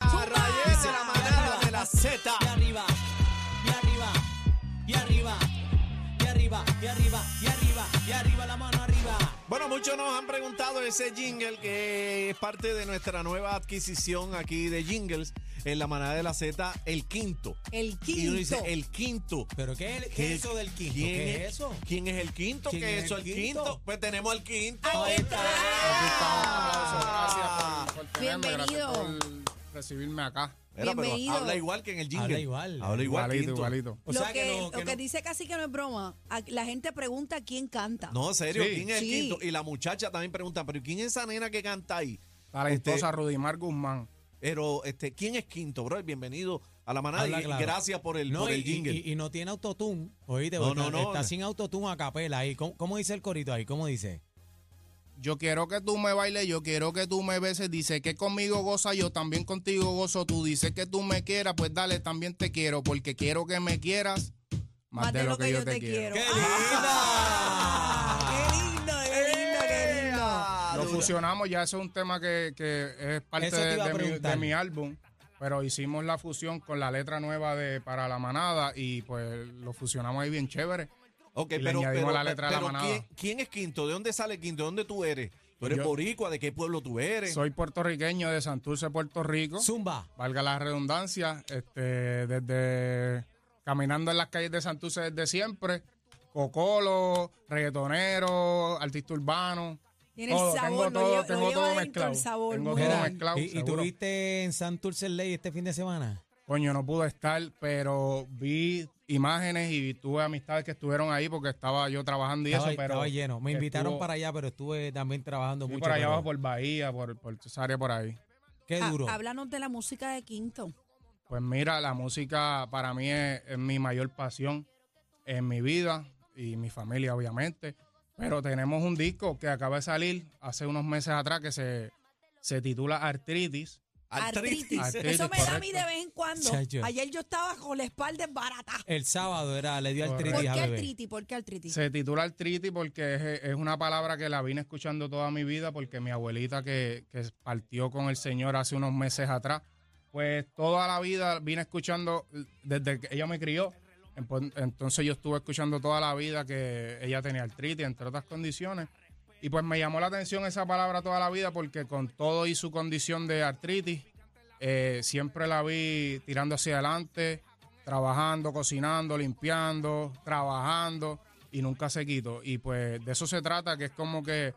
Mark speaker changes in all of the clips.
Speaker 1: Dice la manada de la Z.
Speaker 2: y arriba, y arriba, y arriba, y arriba, y arriba, y arriba, y arriba, la mano arriba.
Speaker 1: Bueno, muchos nos han preguntado ese jingle que es parte de nuestra nueva adquisición aquí de jingles en la manada de la Z, el quinto.
Speaker 3: El
Speaker 1: Y uno dice,
Speaker 3: quinto.
Speaker 1: el quinto.
Speaker 2: ¿Pero qué, es- qué es eso del quinto?
Speaker 1: ¿Quién
Speaker 2: ¿Qué es eso?
Speaker 1: ¿Quién es el quinto?
Speaker 2: ¿Quién
Speaker 1: ¿Qué
Speaker 2: es
Speaker 1: es eso, el
Speaker 2: el
Speaker 1: quinto?
Speaker 2: quinto?
Speaker 1: Pues tenemos el quinto.
Speaker 3: Ahí está.
Speaker 1: Aquí está.
Speaker 4: por tenerme,
Speaker 3: Bienvenido.
Speaker 4: gracias por recibirme acá.
Speaker 1: Mira, pero
Speaker 3: Bienvenido.
Speaker 1: habla igual que en el jingle.
Speaker 2: Habla igual.
Speaker 1: Habla igual,
Speaker 4: igualito,
Speaker 1: quinto.
Speaker 4: igualito.
Speaker 2: O
Speaker 3: lo
Speaker 2: sea
Speaker 3: que,
Speaker 2: que no-
Speaker 3: lo
Speaker 2: que
Speaker 3: que
Speaker 2: no-
Speaker 3: dice casi que no es broma. A- La gente pregunta quién canta.
Speaker 1: No, serio,
Speaker 4: Sí.
Speaker 1: ¿quién es
Speaker 3: Sí.
Speaker 1: el quinto? Y la muchacha también pregunta, pero ¿quién es esa nena que canta ahí?
Speaker 4: Talentosa
Speaker 1: Este-
Speaker 4: Rudimar Guzmán.
Speaker 1: Pero, este, ¿quién es quinto, bro? Bienvenido a la manada
Speaker 2: Habla
Speaker 1: y
Speaker 2: claro.
Speaker 1: gracias por el,
Speaker 2: No,
Speaker 1: por
Speaker 2: y,
Speaker 1: el jingle.
Speaker 2: y- y no tiene autotune. Oíste,
Speaker 1: No,
Speaker 2: porque
Speaker 1: no, no.
Speaker 2: está sin autotune a capela ahí. ¿Cómo, cómo dice el corito ahí? ¿Cómo dice?
Speaker 4: Yo quiero que tú me bailes, yo quiero que tú me beses. Dice que conmigo goza, yo también contigo gozo. Tú dices que tú me quieras, pues dale, también te quiero, porque quiero que me quieras más, de, lo, que, yo te, quiero.
Speaker 3: ¡Qué ¡Ah! ¡Qué lindo, qué lindo, qué lindo!
Speaker 1: ¡Ea!
Speaker 4: Lo
Speaker 1: Dura.
Speaker 4: fusionamos, ya eso es un tema que, que es parte
Speaker 2: Eso te
Speaker 4: de,
Speaker 2: iba a
Speaker 4: de mi,
Speaker 2: preguntar.
Speaker 4: de mi álbum. Pero hicimos la fusión con la letra nueva de Para la Manada y pues lo fusionamos ahí bien chévere.
Speaker 1: Ok,
Speaker 4: Y le
Speaker 1: pero,
Speaker 4: añadimos
Speaker 1: pero-
Speaker 4: la letra a la
Speaker 1: pero
Speaker 4: manada.
Speaker 1: ¿quién, quién es quinto? ¿De dónde sale quinto? ¿De dónde tú eres? ¿Tú eres
Speaker 4: Yo-
Speaker 1: boricua? ¿De qué pueblo tú eres?
Speaker 4: Soy puertorriqueño de Santurce, Puerto Rico.
Speaker 2: Zumba.
Speaker 4: valga la redundancia, este, desde caminando en las calles de Santurce desde siempre, cocolo, reggaetonero, artista urbano.
Speaker 3: Tiene el
Speaker 4: todo,
Speaker 3: sabor,
Speaker 4: tengo
Speaker 3: lo
Speaker 4: todo,
Speaker 3: lleva- lo
Speaker 4: tengo
Speaker 3: lleva
Speaker 4: todo
Speaker 3: dentro el
Speaker 4: mezclado.
Speaker 3: sabor,
Speaker 4: tengo
Speaker 3: muy
Speaker 4: todo
Speaker 3: bien.
Speaker 4: mezclado,
Speaker 2: ¿y, y
Speaker 4: seguro.
Speaker 2: tuviste en Santurce Ley este fin de semana?
Speaker 4: Coño, no pude estar, pero vi imágenes y tuve amistades que estuvieron ahí porque estaba yo trabajando y
Speaker 2: Estaba,
Speaker 4: eso, pero
Speaker 2: estaba lleno. Me invitaron
Speaker 4: estuvo-
Speaker 2: para allá, pero estuve también trabajando
Speaker 4: fui
Speaker 2: mucho.
Speaker 4: por allá
Speaker 2: pero-
Speaker 4: abajo por Bahía, por, por esa área por ahí.
Speaker 2: Qué
Speaker 3: Ah,
Speaker 2: duro.
Speaker 3: Háblanos de la música de Quinto.
Speaker 4: Pues mira, la música para mí es, es mi mayor pasión en mi vida y mi familia, obviamente. Pero tenemos un disco que acaba de salir hace unos meses atrás que se, se titula Artritis.
Speaker 3: Artritis.
Speaker 4: Artritis,
Speaker 3: Eso me da a mí de
Speaker 4: correcto.
Speaker 3: vez en cuando.
Speaker 2: Chacho.
Speaker 3: Ayer yo estaba con la espalda barata.
Speaker 2: El sábado era, le dio
Speaker 4: Correcto.
Speaker 2: artritis
Speaker 3: ¿Por
Speaker 2: a
Speaker 3: qué
Speaker 2: bebé.
Speaker 3: artritis? ¿Por qué artritis?
Speaker 4: Se titula Artritis porque es, es una palabra que la vine escuchando toda mi vida porque mi abuelita que, que partió con el Señor hace unos meses atrás, pues toda la vida vine escuchando desde que ella me crió. Empo- Entonces yo estuve escuchando toda la vida que ella tenía artritis, entre otras condiciones. Y pues me llamó la atención esa palabra toda la vida porque con todo y su condición de artritis, eh, siempre la vi tirando hacia adelante, trabajando, cocinando, limpiando, trabajando y nunca se quitó. Y pues de eso se trata, que es como que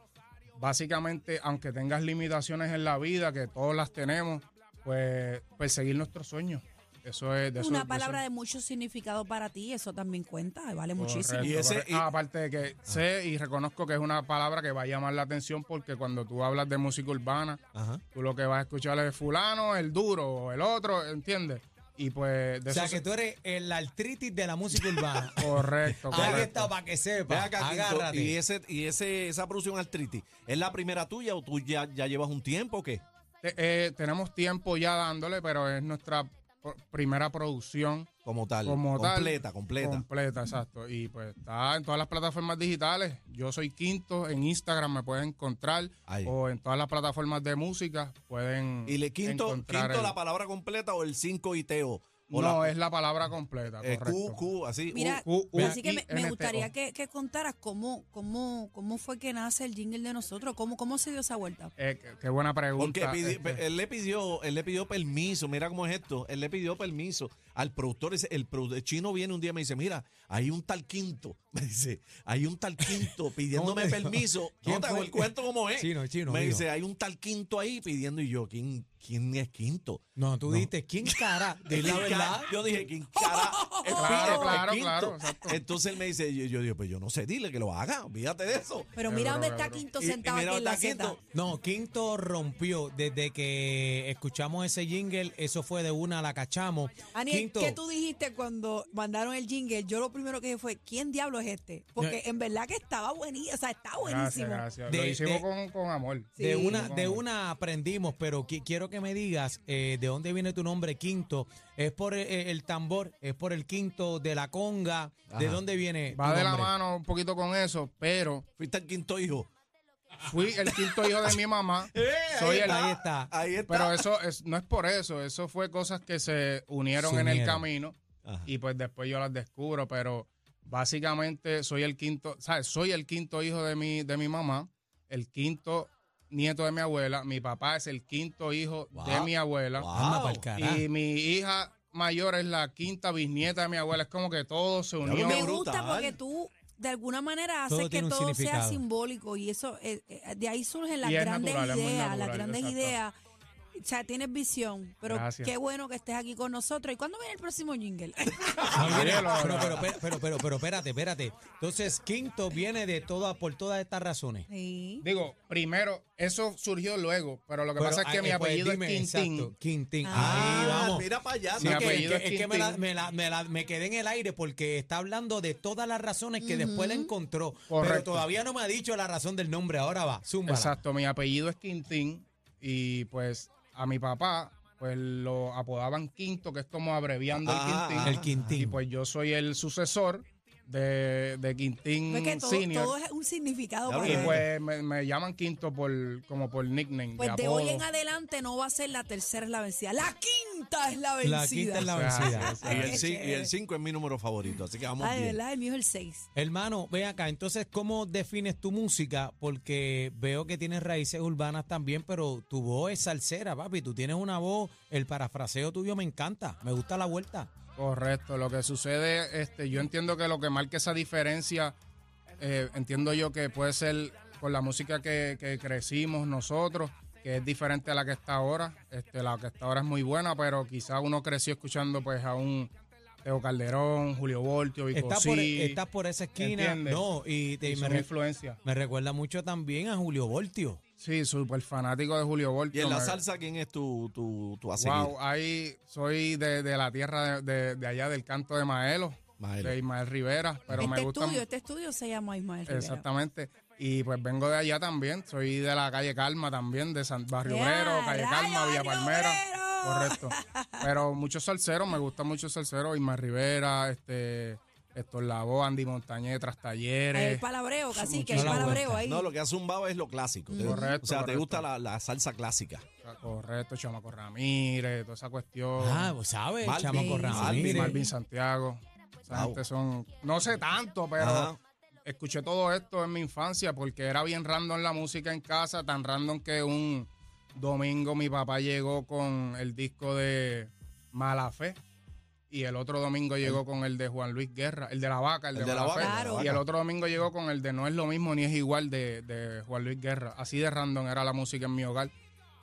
Speaker 4: básicamente, aunque tengas limitaciones en la vida, que todos las tenemos, pues perseguir nuestros sueños. Eso es de eso-
Speaker 3: Una
Speaker 4: de
Speaker 3: palabra
Speaker 4: eso-
Speaker 3: de mucho significado para ti, eso también cuenta, vale muchísimo.
Speaker 4: Correcto,
Speaker 1: Y ese-
Speaker 4: correcto.
Speaker 1: y-
Speaker 4: Ah, aparte de que sé y reconozco que es una palabra que va a llamar la atención porque cuando tú hablas de música urbana,
Speaker 2: Ajá.
Speaker 4: tú lo que vas a escuchar es fulano, el duro, el otro, ¿entiendes? Y pues de
Speaker 2: O sea,
Speaker 4: eso
Speaker 2: que
Speaker 4: se-
Speaker 2: tú eres el artritis de la música urbana.
Speaker 4: Correcto,
Speaker 2: Ahí
Speaker 4: correcto.
Speaker 2: está, para Ah, que
Speaker 1: Ve
Speaker 2: sepa.
Speaker 1: acá, Quinto,
Speaker 2: Agárrate.
Speaker 1: y ese, y ese, esa producción artritis, ¿es la primera tuya o tú ya, ya llevas un tiempo o qué?
Speaker 4: Te- eh, tenemos tiempo ya dándole, pero es nuestra pr- primera producción
Speaker 1: Como tal.
Speaker 4: como tal.
Speaker 1: completa, completa.
Speaker 4: Completa, exacto. Y pues está en todas las plataformas digitales. Yo soy Quinto, en Instagram me pueden encontrar
Speaker 1: Ahí.
Speaker 4: o en todas las plataformas de música pueden
Speaker 1: y le quinto,
Speaker 4: encontrar
Speaker 1: quinto
Speaker 4: el-
Speaker 1: la palabra completa o el 5 ITO. O
Speaker 4: no,
Speaker 1: la-
Speaker 4: es la palabra completa,
Speaker 1: eh, Q,
Speaker 4: correcto.
Speaker 1: Q, así.
Speaker 3: Mira,
Speaker 4: U- U-
Speaker 3: así que me, me
Speaker 4: I-N-T-O.
Speaker 3: gustaría que, que contaras cómo, cómo, cómo fue que nace el jingle de nosotros, cómo, cómo se dio esa vuelta.
Speaker 4: Eh, qué- qué buena
Speaker 1: Porque eh,
Speaker 4: pregunta.
Speaker 1: pidió-
Speaker 4: este.
Speaker 1: él le pidió, él le pidió permiso, mira cómo es esto, él le pidió permiso al productor, Dice, el, produ- el chino viene un día y me dice, mira, hay un tal quinto, me dice, hay un tal quinto pidiéndome
Speaker 5: ¿Cómo te-
Speaker 1: permiso, no
Speaker 5: ¿Quién
Speaker 1: te hago
Speaker 5: fue?
Speaker 1: el cuento como es,
Speaker 5: Chino, chino.
Speaker 1: me
Speaker 5: dijo.
Speaker 1: dice, hay un tal quinto ahí pidiendo y yo, ¿quién, quién es quinto?
Speaker 5: No, tú
Speaker 1: No.
Speaker 5: dijiste, ¿quién cara? De la
Speaker 1: ¿Quién
Speaker 5: verdad.
Speaker 1: cara? Yo dije, ¿quién cara? es
Speaker 4: Claro,
Speaker 1: Peter,
Speaker 4: claro,
Speaker 1: es quinto?
Speaker 4: claro, exacto.
Speaker 1: Entonces él me dice, yo, yo digo, pues yo no sé, dile que lo haga, olvídate de eso.
Speaker 3: Pero
Speaker 4: Qué
Speaker 3: mira
Speaker 4: duro,
Speaker 3: dónde
Speaker 4: qué
Speaker 3: está
Speaker 4: duro.
Speaker 3: Quinto
Speaker 1: Y- y
Speaker 3: sentado
Speaker 1: mira
Speaker 3: aquí en
Speaker 1: dónde
Speaker 3: la
Speaker 1: está
Speaker 3: seta.
Speaker 1: Quinto.
Speaker 5: No, Quinto rompió. Desde que escuchamos ese jingle, eso fue de una, la cachamos.
Speaker 3: Aniel,
Speaker 5: Quinto.
Speaker 3: ¿qué tú dijiste cuando mandaron el jingle? Yo lo primero que dije fue, ¿quién diablo es este? Porque en verdad que estaba buenísimo, o sea, está buenísimo.
Speaker 4: Gracias, gracias. Lo
Speaker 5: De-
Speaker 4: hicimos
Speaker 5: de-
Speaker 4: con, con amor.
Speaker 5: De
Speaker 3: Sí.
Speaker 5: una,
Speaker 4: Con
Speaker 5: de
Speaker 4: amor.
Speaker 5: una aprendimos, pero qui- quiero que me digas eh, de dónde viene tu nombre quinto. ¿Es por eh, el tambor? ¿Es por el quinto de la conga? ¿De
Speaker 1: Ajá.
Speaker 5: dónde viene?
Speaker 4: Va
Speaker 5: tu
Speaker 4: de la
Speaker 5: nombre?
Speaker 4: mano un poquito con eso, pero
Speaker 1: Fuiste el quinto hijo.
Speaker 4: fui el quinto hijo de mi mamá. Soy el
Speaker 5: Ahí está.
Speaker 1: Ahí Eh, está.
Speaker 4: Pero eso es- no es por eso, eso fue cosas que se unieron
Speaker 5: Se
Speaker 4: en el
Speaker 5: unieron.
Speaker 4: camino
Speaker 1: Ajá.
Speaker 4: y pues después yo las descubro, pero básicamente soy el quinto, ¿sabes? Soy el quinto hijo de mi, de mi mamá, el quinto nieto de mi abuela, mi papá es el quinto hijo de
Speaker 1: Wow.
Speaker 4: mi abuela
Speaker 5: Anda
Speaker 1: Wow.
Speaker 5: pa'l carajo.
Speaker 4: y mi hija mayor es la quinta bisnieta de mi abuela, es como que todo se
Speaker 1: Diablo,
Speaker 4: unió.
Speaker 3: Me
Speaker 1: Brutal.
Speaker 3: gusta porque tú de alguna manera
Speaker 5: Todo
Speaker 3: haces que
Speaker 5: tiene un
Speaker 3: todo sea
Speaker 5: significado.
Speaker 3: simbólico y eso eh, eh, de ahí surgen las
Speaker 4: Y es
Speaker 3: grandes
Speaker 4: natural, es muy
Speaker 3: ideas, las
Speaker 4: natural,
Speaker 3: grandes
Speaker 4: exacto.
Speaker 3: ideas. O sea, tienes visión, pero
Speaker 4: Gracias.
Speaker 3: qué bueno que estés aquí con nosotros. ¿Y cuándo viene el próximo jingle?
Speaker 5: Ah, No,
Speaker 4: Gabriel,
Speaker 5: viene-
Speaker 4: ahora.
Speaker 5: pero, pero, pero, pero, pero, pero, espérate, espérate. Entonces, quinto viene de todas, por todas estas razones.
Speaker 3: sí.
Speaker 4: Digo, primero, eso surgió luego, pero lo que
Speaker 5: Pero,
Speaker 4: pasa es que
Speaker 5: ah,
Speaker 4: mi
Speaker 5: eh, pues,
Speaker 4: apellido
Speaker 5: dime,
Speaker 4: es Quintín.
Speaker 5: exacto, Quintín.
Speaker 3: Ah,
Speaker 5: Ahí vamos.
Speaker 1: Mira para allá.
Speaker 5: Sí,
Speaker 4: Mi
Speaker 5: es
Speaker 1: ¿no?
Speaker 5: que-
Speaker 4: apellido
Speaker 5: es que,
Speaker 4: es
Speaker 5: es que me, la,
Speaker 4: Quintín.
Speaker 5: me, la- me la- me quedé en el aire porque está hablando de todas las razones que después la encontró. Pero
Speaker 4: Correcto.
Speaker 5: todavía no me ha dicho la razón del nombre. Ahora va, zumba.
Speaker 4: Exacto, mi apellido es Quintín y pues a mi papá pues lo apodaban Quinto, que es como abreviando
Speaker 1: Ah,
Speaker 4: el Quintín.
Speaker 5: el Quintín.
Speaker 4: Y pues yo soy el sucesor de, de Quintín
Speaker 3: Porque Pues todo,
Speaker 4: Senior.
Speaker 3: todo es un significado
Speaker 1: Claro,
Speaker 3: para
Speaker 4: y
Speaker 3: él.
Speaker 4: pues me, me llaman Quinto por como por nickname.
Speaker 3: Pues
Speaker 4: de
Speaker 3: de
Speaker 4: apodo.
Speaker 3: hoy en adelante no va a ser la tercera es la vencida. La quinta es la vencida.
Speaker 5: La quinta es la
Speaker 4: O sea,
Speaker 5: vencida.
Speaker 4: sí,
Speaker 1: Y el, cin-
Speaker 3: Qué
Speaker 1: y
Speaker 3: chévere.
Speaker 1: el 5 es mi número favorito, así que vamos
Speaker 3: Ah, de
Speaker 1: bien.
Speaker 3: verdad, el mío es el 6.
Speaker 5: Hermano, ve acá, entonces, ¿cómo defines tu música? Porque veo que tienes raíces urbanas también, pero tu voz es salsera, papi. Tú tienes una voz, el parafraseo tuyo me encanta. Me gusta la vuelta.
Speaker 4: Correcto, lo que sucede, este, yo entiendo que lo que marca esa diferencia, eh, entiendo yo que puede ser con la música que, que crecimos nosotros, que es diferente a la que está ahora, este, la que está ahora es muy buena, pero quizá uno creció escuchando pues a un Teo Calderón, Julio Voltio, Vico
Speaker 5: Estás,
Speaker 4: sí,
Speaker 5: por, estás por esa esquina.
Speaker 4: ¿entiendes?
Speaker 5: No, y, te-
Speaker 4: y
Speaker 5: me,
Speaker 4: son
Speaker 5: re-
Speaker 4: influencia.
Speaker 5: me recuerda mucho también a Julio Voltio.
Speaker 4: Sí, súper fanático de Julio
Speaker 1: Y
Speaker 4: Voltio.
Speaker 1: en la
Speaker 4: me-
Speaker 1: salsa, ¿quién es tu, tu, tu a seguir?
Speaker 4: Wow, ahí soy de, de la tierra de, de- de allá del canto de Maelo,
Speaker 1: Maelo.
Speaker 4: de Ismael Rivera, pero me
Speaker 3: este
Speaker 4: gusta
Speaker 3: estudio, este estudio se llama Ismael Rivera.
Speaker 4: Exactamente. Y pues vengo de allá también. Soy de la calle Calma también, de San Barrio
Speaker 3: Ya,
Speaker 4: Obrero, Calle
Speaker 3: rayos,
Speaker 4: Calma, Villa
Speaker 3: Barrio
Speaker 4: Palmera.
Speaker 3: Obrero.
Speaker 4: Correcto. Pero muchos salseros, me gustan muchos salseros. Ismael Rivera, este, Héctor Lavoe, Andy Montañez, Tras
Speaker 3: Ahí
Speaker 4: Talleres.
Speaker 3: el palabreo, casi que
Speaker 5: mucho
Speaker 3: el
Speaker 5: la
Speaker 3: palabreo
Speaker 5: vuelta.
Speaker 3: ahí.
Speaker 1: No, lo que ha zumbado es lo clásico. Te-
Speaker 4: Correcto,
Speaker 1: o sea, te
Speaker 4: correcto.
Speaker 1: gusta la, la salsa clásica.
Speaker 4: Correcto, Chamaco Ramírez, toda esa cuestión.
Speaker 5: Ah, pues sabes,
Speaker 1: Malvin,
Speaker 5: chamaco
Speaker 3: Malvin,
Speaker 5: Ramírez.
Speaker 4: Marvin Santiago. Esa
Speaker 1: Wow.
Speaker 4: gente son. No sé tanto, pero.
Speaker 1: Ajá.
Speaker 4: escuché todo esto en mi infancia porque era bien random la música en casa, tan random que un domingo mi papá llegó con el disco de Mala Fe y el otro domingo llegó con el de Juan Luis Guerra, el de la vaca, el,
Speaker 1: El de la
Speaker 4: Mala Fe,
Speaker 1: vaca,
Speaker 3: el de la
Speaker 4: y el
Speaker 1: vaca.
Speaker 4: otro domingo llegó con el de No es lo mismo ni es igual de, de Juan Luis Guerra. Así de random era la música en mi hogar.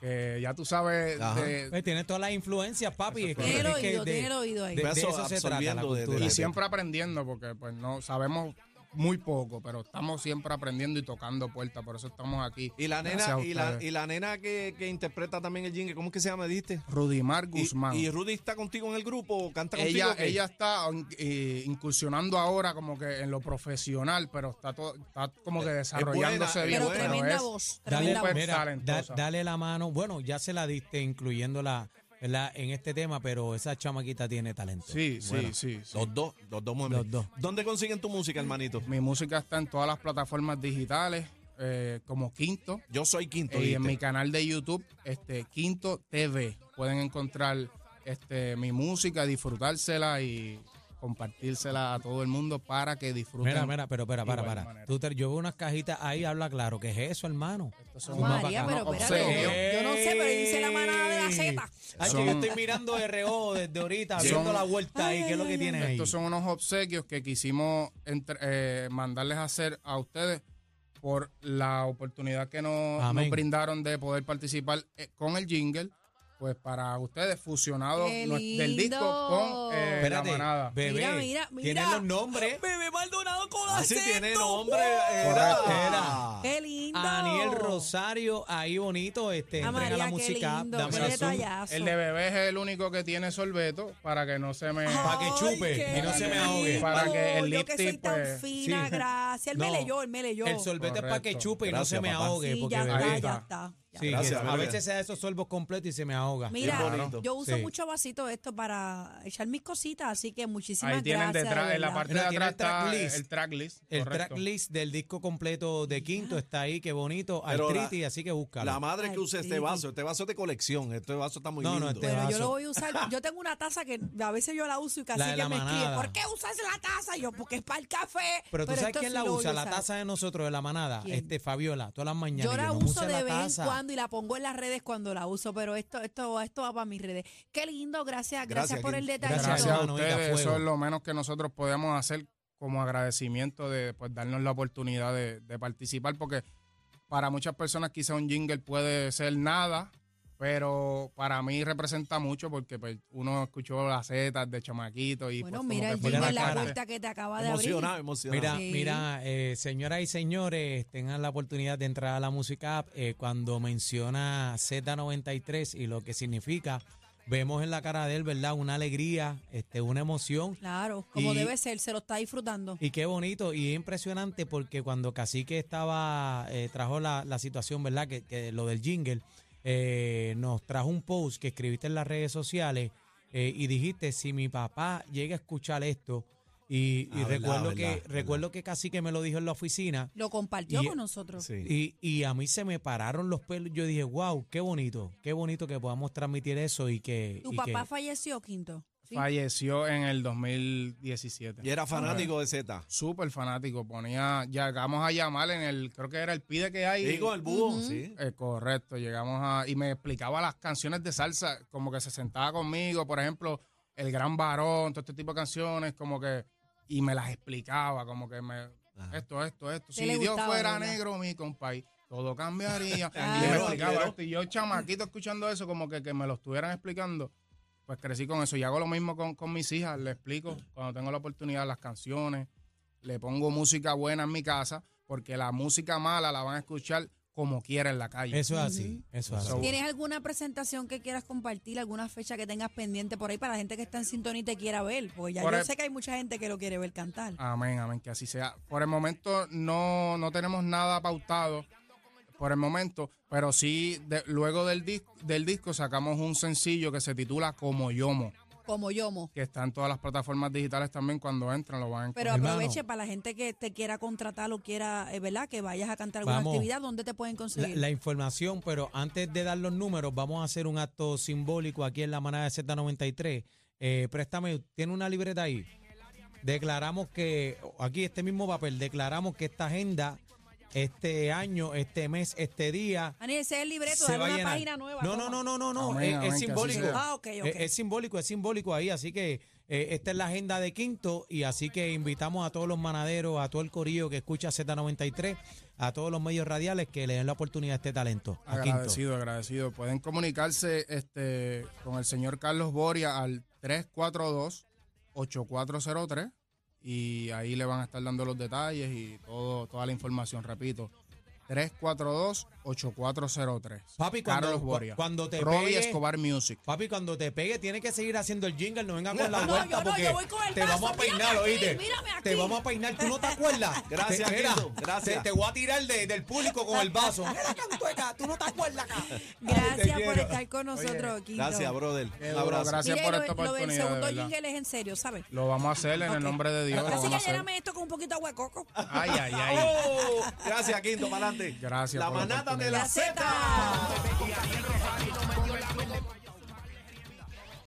Speaker 4: Que ya tú sabes,
Speaker 1: Ajá.
Speaker 4: de-
Speaker 5: Pues tienes todas las influencias, papi.
Speaker 4: Eso
Speaker 5: Es que-
Speaker 3: Tiene el
Speaker 5: es que
Speaker 3: oído,
Speaker 5: de-
Speaker 3: tiene el oído ahí.
Speaker 5: de-
Speaker 1: Vas
Speaker 5: eso se trata la
Speaker 1: absorbiendo de- de la-
Speaker 5: cultura.
Speaker 4: y siempre aprendiendo porque pues no sabemos muy poco, pero estamos siempre aprendiendo y tocando puertas, por eso estamos aquí.
Speaker 1: Y la
Speaker 4: Gracias
Speaker 1: nena,
Speaker 4: a
Speaker 1: y la,
Speaker 4: ustedes.
Speaker 1: y la nena que, que interpreta también el jingle, ¿cómo es que se llama, dijiste?
Speaker 4: Rudimar
Speaker 1: Y,
Speaker 4: Guzmán.
Speaker 1: y Rudy está contigo en el grupo, o canta contigo.
Speaker 4: ella,
Speaker 1: o qué?
Speaker 4: ella está eh, incursionando ahora como que en lo profesional, pero está, to- está como que desarrollándose
Speaker 1: buena,
Speaker 4: bien.
Speaker 3: pero
Speaker 1: bueno,
Speaker 3: tremenda
Speaker 4: es-
Speaker 3: voz,
Speaker 5: Dale,
Speaker 3: tremenda
Speaker 4: Súper
Speaker 3: voz.
Speaker 5: mira, da-
Speaker 4: talentosa.
Speaker 5: dale la mano. Bueno, ya se la diste incluyéndola ¿verdad? en este tema, pero esa chamaquita tiene talento.
Speaker 4: Sí, sí,
Speaker 1: Bueno,
Speaker 4: sí. sí.
Speaker 1: Los dos, los dos muy
Speaker 5: Los
Speaker 1: bien.
Speaker 5: dos.
Speaker 1: ¿Dónde consiguen tu música, hermanito?
Speaker 4: Mi música está en todas las plataformas digitales, eh, como Quinto,
Speaker 1: Yo soy quinto.
Speaker 4: y Eh, en
Speaker 1: dijiste.
Speaker 4: mi canal de YouTube, este Quinto TV. Pueden encontrar este, mi música, disfrutársela y compartírsela a todo el mundo para que disfruten.
Speaker 5: Mira, mira, pero espera, para,
Speaker 4: igual
Speaker 5: para.
Speaker 4: manera.
Speaker 5: Tú te- yo veo unas cajitas ahí, habla claro. ¿Qué es eso, hermano?
Speaker 4: Estos
Speaker 3: No,
Speaker 4: son unos
Speaker 3: María, pero
Speaker 4: bacanos
Speaker 3: espérate.
Speaker 4: obscenios.
Speaker 3: Yo, yo no sé, pero dice la manada de la Z.
Speaker 5: Ay, que
Speaker 4: Son-
Speaker 5: yo estoy mirando de reo desde ahorita,
Speaker 4: Son-
Speaker 5: viendo la vuelta ahí. ¿Qué es lo que tienes ahí?
Speaker 4: Estos son unos obsequios que quisimos entre- eh, mandarles a hacer a ustedes por la oportunidad que nos, nos
Speaker 5: Amén.
Speaker 4: brindaron de poder participar eh, con el jingle. Pues para ustedes, fusionado
Speaker 3: ¡Qué
Speaker 4: nue- del disco
Speaker 3: lindo!
Speaker 4: con eh,
Speaker 5: Espérate,
Speaker 4: la manada.
Speaker 5: bebé.
Speaker 3: Mira, mira, mira.
Speaker 5: Tienen los nombres. Ah,
Speaker 3: Bebé Maldonado con
Speaker 1: Así
Speaker 3: acento. ¡Uh!
Speaker 1: tiene nombre.
Speaker 4: Correcto.
Speaker 1: Era.
Speaker 3: ¡Qué lindo!
Speaker 5: Daniel Rosario, ahí bonito, este,
Speaker 3: Ah,
Speaker 5: entrega la
Speaker 3: María, qué
Speaker 5: música,
Speaker 3: lindo,
Speaker 5: dame
Speaker 3: qué
Speaker 5: la zoom,
Speaker 3: detallazo.
Speaker 4: El de bebé es el único que tiene sorbeto para que no se me.
Speaker 5: Pa' que
Speaker 3: Ay,
Speaker 5: chupe
Speaker 3: qué
Speaker 5: y no se me
Speaker 3: rico.
Speaker 5: ahogue.
Speaker 4: Para que el
Speaker 3: Yo que soy
Speaker 4: lipstick,
Speaker 3: tan
Speaker 4: pues,
Speaker 3: fina,
Speaker 5: sí.
Speaker 3: gracias. Él
Speaker 5: No,
Speaker 3: me leyó, él me leyó.
Speaker 5: El sorbete es para que
Speaker 4: Correcto.
Speaker 5: chupe y no
Speaker 1: Gracias,
Speaker 5: se me
Speaker 1: papá.
Speaker 5: ahogue.
Speaker 3: Sí,
Speaker 5: porque
Speaker 3: ya
Speaker 5: bebé-
Speaker 3: está,
Speaker 4: está.
Speaker 3: ya está. ya
Speaker 5: Sí,
Speaker 3: está.
Speaker 1: Gracias,
Speaker 5: que a
Speaker 1: María.
Speaker 5: veces se da esos sorbos completos y se me ahoga.
Speaker 1: Bien
Speaker 3: Mira,
Speaker 1: bonito.
Speaker 3: yo uso
Speaker 5: Sí.
Speaker 3: mucho vasito de estos para echar mis cositas, así que muchísimas
Speaker 4: Ahí tienen
Speaker 3: gracias.
Speaker 4: detrás,
Speaker 3: de
Speaker 4: en la
Speaker 3: verdad.
Speaker 4: parte
Speaker 5: Mira,
Speaker 4: de
Speaker 5: tiene el
Speaker 4: atrás
Speaker 5: track
Speaker 4: está
Speaker 5: list.
Speaker 4: el track list.
Speaker 5: El
Speaker 4: correcto.
Speaker 5: tracklist del disco completo de Quinto está ahí, qué bonito,
Speaker 1: Pero la-
Speaker 5: Artritis, así que búscalo.
Speaker 1: La madre que
Speaker 3: Ay,
Speaker 1: usa este
Speaker 3: Titi.
Speaker 1: vaso, este vaso es de colección, este vaso está muy
Speaker 5: No, no,
Speaker 1: lindo.
Speaker 5: este-
Speaker 3: Pero yo
Speaker 5: vaso.
Speaker 3: lo voy a usar. Yo tengo una taza que a veces yo la uso y casi
Speaker 5: La de
Speaker 3: que
Speaker 5: la
Speaker 3: me escribe.
Speaker 5: manada.
Speaker 3: ¿Por qué usas la taza? Y yo, porque es para el café.
Speaker 5: Pero tú sabes
Speaker 3: esto
Speaker 5: quién
Speaker 3: sí
Speaker 5: la
Speaker 3: lo voy a
Speaker 5: usa, la
Speaker 3: usar.
Speaker 5: taza de nosotros, de la manada,
Speaker 3: ¿Quién?
Speaker 5: este Fabiola, todas las mañanas.
Speaker 3: Yo la
Speaker 5: no
Speaker 3: uso
Speaker 5: uso
Speaker 3: de
Speaker 5: la
Speaker 3: vez
Speaker 5: taza.
Speaker 3: en cuando y la pongo en las redes cuando la uso, pero esto esto esto va para mis redes. Qué lindo, gracias,
Speaker 1: Gracias,
Speaker 3: gracias, por el
Speaker 1: Kim.
Speaker 3: detallito.
Speaker 4: Gracias a
Speaker 5: hermano, oiga,
Speaker 4: ustedes, eso
Speaker 5: fuego.
Speaker 4: es lo menos que nosotros podemos hacer como agradecimiento de pues, darnos la oportunidad de, de participar, porque para muchas personas quizá un jingle puede ser nada, pero para mí representa mucho porque pues, uno escuchó las zetas de chamaquito y
Speaker 3: Bueno,
Speaker 4: pues, como
Speaker 3: mira
Speaker 4: que
Speaker 3: el
Speaker 4: fue
Speaker 5: la
Speaker 3: jingle, la
Speaker 4: cara.
Speaker 3: vuelta que te acaba de abrir.
Speaker 1: Emocionado, emocionado.
Speaker 5: Mira,
Speaker 3: Sí.
Speaker 5: mira, eh, señoras y señores, tengan la oportunidad de entrar a la música app. Eh, cuando menciona Z93 y lo que significa, vemos en la cara de él, ¿verdad? Una alegría, este, una emoción.
Speaker 3: Claro, como
Speaker 5: Y-
Speaker 3: debe ser, se lo está disfrutando.
Speaker 5: Y qué bonito y impresionante porque cuando Cacique estaba, eh, trajo la, la situación, ¿verdad? Que, que lo del jingle, eh, nos trajo un post que escribiste en las redes sociales eh, y dijiste, si mi papá llega a escuchar esto, y, y
Speaker 1: Ah, verdad,
Speaker 5: recuerdo, que,
Speaker 1: verdad,
Speaker 5: recuerdo que Cacique me lo dijo en la oficina,
Speaker 3: Lo compartió
Speaker 5: Y-
Speaker 3: con nosotros.
Speaker 1: Sí.
Speaker 5: y, y a mí se me pararon los pelos. Yo dije, wow, qué bonito, qué bonito que podamos transmitir eso y que...
Speaker 3: ¿Tu
Speaker 5: y
Speaker 3: papá
Speaker 5: que-
Speaker 3: falleció, Quinto? ¿Sí?
Speaker 4: Falleció en el 2017.
Speaker 1: Y era fanático de Z.
Speaker 4: Súper fanático, ponía, llegamos a llamar en el, creo que era el pide que hay.
Speaker 1: Digo, el búho, sí.
Speaker 4: Eh, correcto, llegamos a. Y me explicaba las canciones de salsa, como que se sentaba conmigo, por ejemplo, El Gran Varón, todo este tipo de canciones, como que. Y me las explicaba, como que me. Esto, esto, esto. Si
Speaker 3: le
Speaker 4: Dios
Speaker 3: gustaba,
Speaker 4: fuera
Speaker 3: verdad?
Speaker 4: negro, mi compay, todo cambiaría. y
Speaker 3: Claro.
Speaker 4: me explicaba
Speaker 1: Claro.
Speaker 4: esto. Y yo, chamaquito, escuchando eso, como que, que me lo estuvieran explicando. Pues crecí con eso. Y hago lo mismo con, con mis hijas. Le explico cuando tengo la oportunidad las canciones le pongo música buena en mi casa, porque la música mala la van a escuchar como quiera en la calle.
Speaker 5: Eso es así, eso es así.
Speaker 4: So,
Speaker 3: ¿Tienes alguna presentación que quieras compartir, alguna fecha que tengas pendiente por ahí para la gente que está en sintonía y te quiera ver? Porque ya
Speaker 4: Por
Speaker 3: yo
Speaker 5: e-
Speaker 4: el-
Speaker 3: sé que hay mucha gente que lo quiere ver cantar.
Speaker 5: Ah.
Speaker 4: Amén, amén, que así sea. Por el momento no, no tenemos nada pautado, por el momento, pero sí, de- luego del, dis- del disco sacamos un sencillo que se titula Como Yomo,
Speaker 3: Como Yomo.
Speaker 4: que está en todas las plataformas digitales también, cuando entran lo van a
Speaker 3: Pero
Speaker 4: encontrar.
Speaker 5: Hermano.
Speaker 3: aproveche para la gente que te quiera contratar o quiera, eh, ¿verdad? Que vayas a cantar alguna
Speaker 5: Vamos.
Speaker 3: actividad, ¿dónde te pueden
Speaker 5: la,
Speaker 3: conseguir?
Speaker 5: la información, pero antes de dar los números, vamos a hacer un acto simbólico aquí en la manada de Z93. Eh, préstame, tiene una libreta ahí. Declaramos que, aquí este mismo papel, declaramos que esta agenda, este año, este mes, este día,
Speaker 3: Daniel, ese es el libreto,
Speaker 5: se
Speaker 3: dale
Speaker 5: va a
Speaker 3: una
Speaker 5: llenar.
Speaker 3: página nueva.
Speaker 5: no, no,
Speaker 3: toma.
Speaker 5: no, no, no, no,
Speaker 4: Amén,
Speaker 5: es-
Speaker 4: amén,
Speaker 5: es,
Speaker 4: que así
Speaker 5: simbólico.
Speaker 4: sea.
Speaker 3: Ah, ok, ok.
Speaker 5: eh, Es, es simbólico, es simbólico ahí, así que eh, esta es la agenda de Quinto y así que invitamos a todos los manaderos, a todo el corillo que escucha Z93, a todos los medios radiales que le den la oportunidad a este talento. A Quinto.
Speaker 4: Agradecido, agradecido. Pueden comunicarse este, con el señor Carlos Boria al 342-8403 y ahí le van a estar dando los detalles y todo, toda la información, repito. 342-8403.
Speaker 5: Papi, cuando-
Speaker 4: Carlos
Speaker 5: cu-
Speaker 4: Boria.
Speaker 5: cuando te
Speaker 4: Robbie
Speaker 5: pegue-
Speaker 4: Escobar Music.
Speaker 5: Papi, cuando te pegue, tienes que seguir haciendo el jingle, no venga con la
Speaker 3: No,
Speaker 5: vuelta
Speaker 3: yo no,
Speaker 5: porque
Speaker 3: yo voy con el
Speaker 5: te
Speaker 3: brazo,
Speaker 5: vamos a
Speaker 3: mírame
Speaker 5: peinar,
Speaker 3: aquí,
Speaker 5: oíste.
Speaker 3: mírame aquí.
Speaker 5: Te vamos a peinar, tú no te acuerdas.
Speaker 1: Gracias,
Speaker 5: te, mira,
Speaker 1: Quinto, gracias.
Speaker 5: Te, te voy a tirar de- del público con el vaso. Mira, cantueca, tú no te acuerdas acá.
Speaker 3: Gracias por estar con nosotros, Quinto.
Speaker 1: Gracias, brother.
Speaker 4: Qué
Speaker 1: Un
Speaker 4: duro,
Speaker 1: abrazo.
Speaker 4: gracias.
Speaker 3: Mira,
Speaker 4: por
Speaker 3: y lo, lo
Speaker 4: esta
Speaker 3: del
Speaker 4: oportunidad, de
Speaker 3: segundo
Speaker 4: verdad.
Speaker 3: jingle es en serio, ¿sabes?
Speaker 4: Lo vamos a hacer en
Speaker 3: Ok.
Speaker 4: el nombre de Dios. lo
Speaker 3: Así
Speaker 4: vamos a
Speaker 3: que
Speaker 4: hacer.
Speaker 3: lléname esto con un poquito de agua de coco.
Speaker 4: Ay, ay, ay.
Speaker 1: Oh, gracias, Quinto, para adelante.
Speaker 4: Gracias
Speaker 1: La
Speaker 4: por la
Speaker 1: manada de la
Speaker 3: La
Speaker 1: Z.
Speaker 3: Z.
Speaker 6: Rosario no me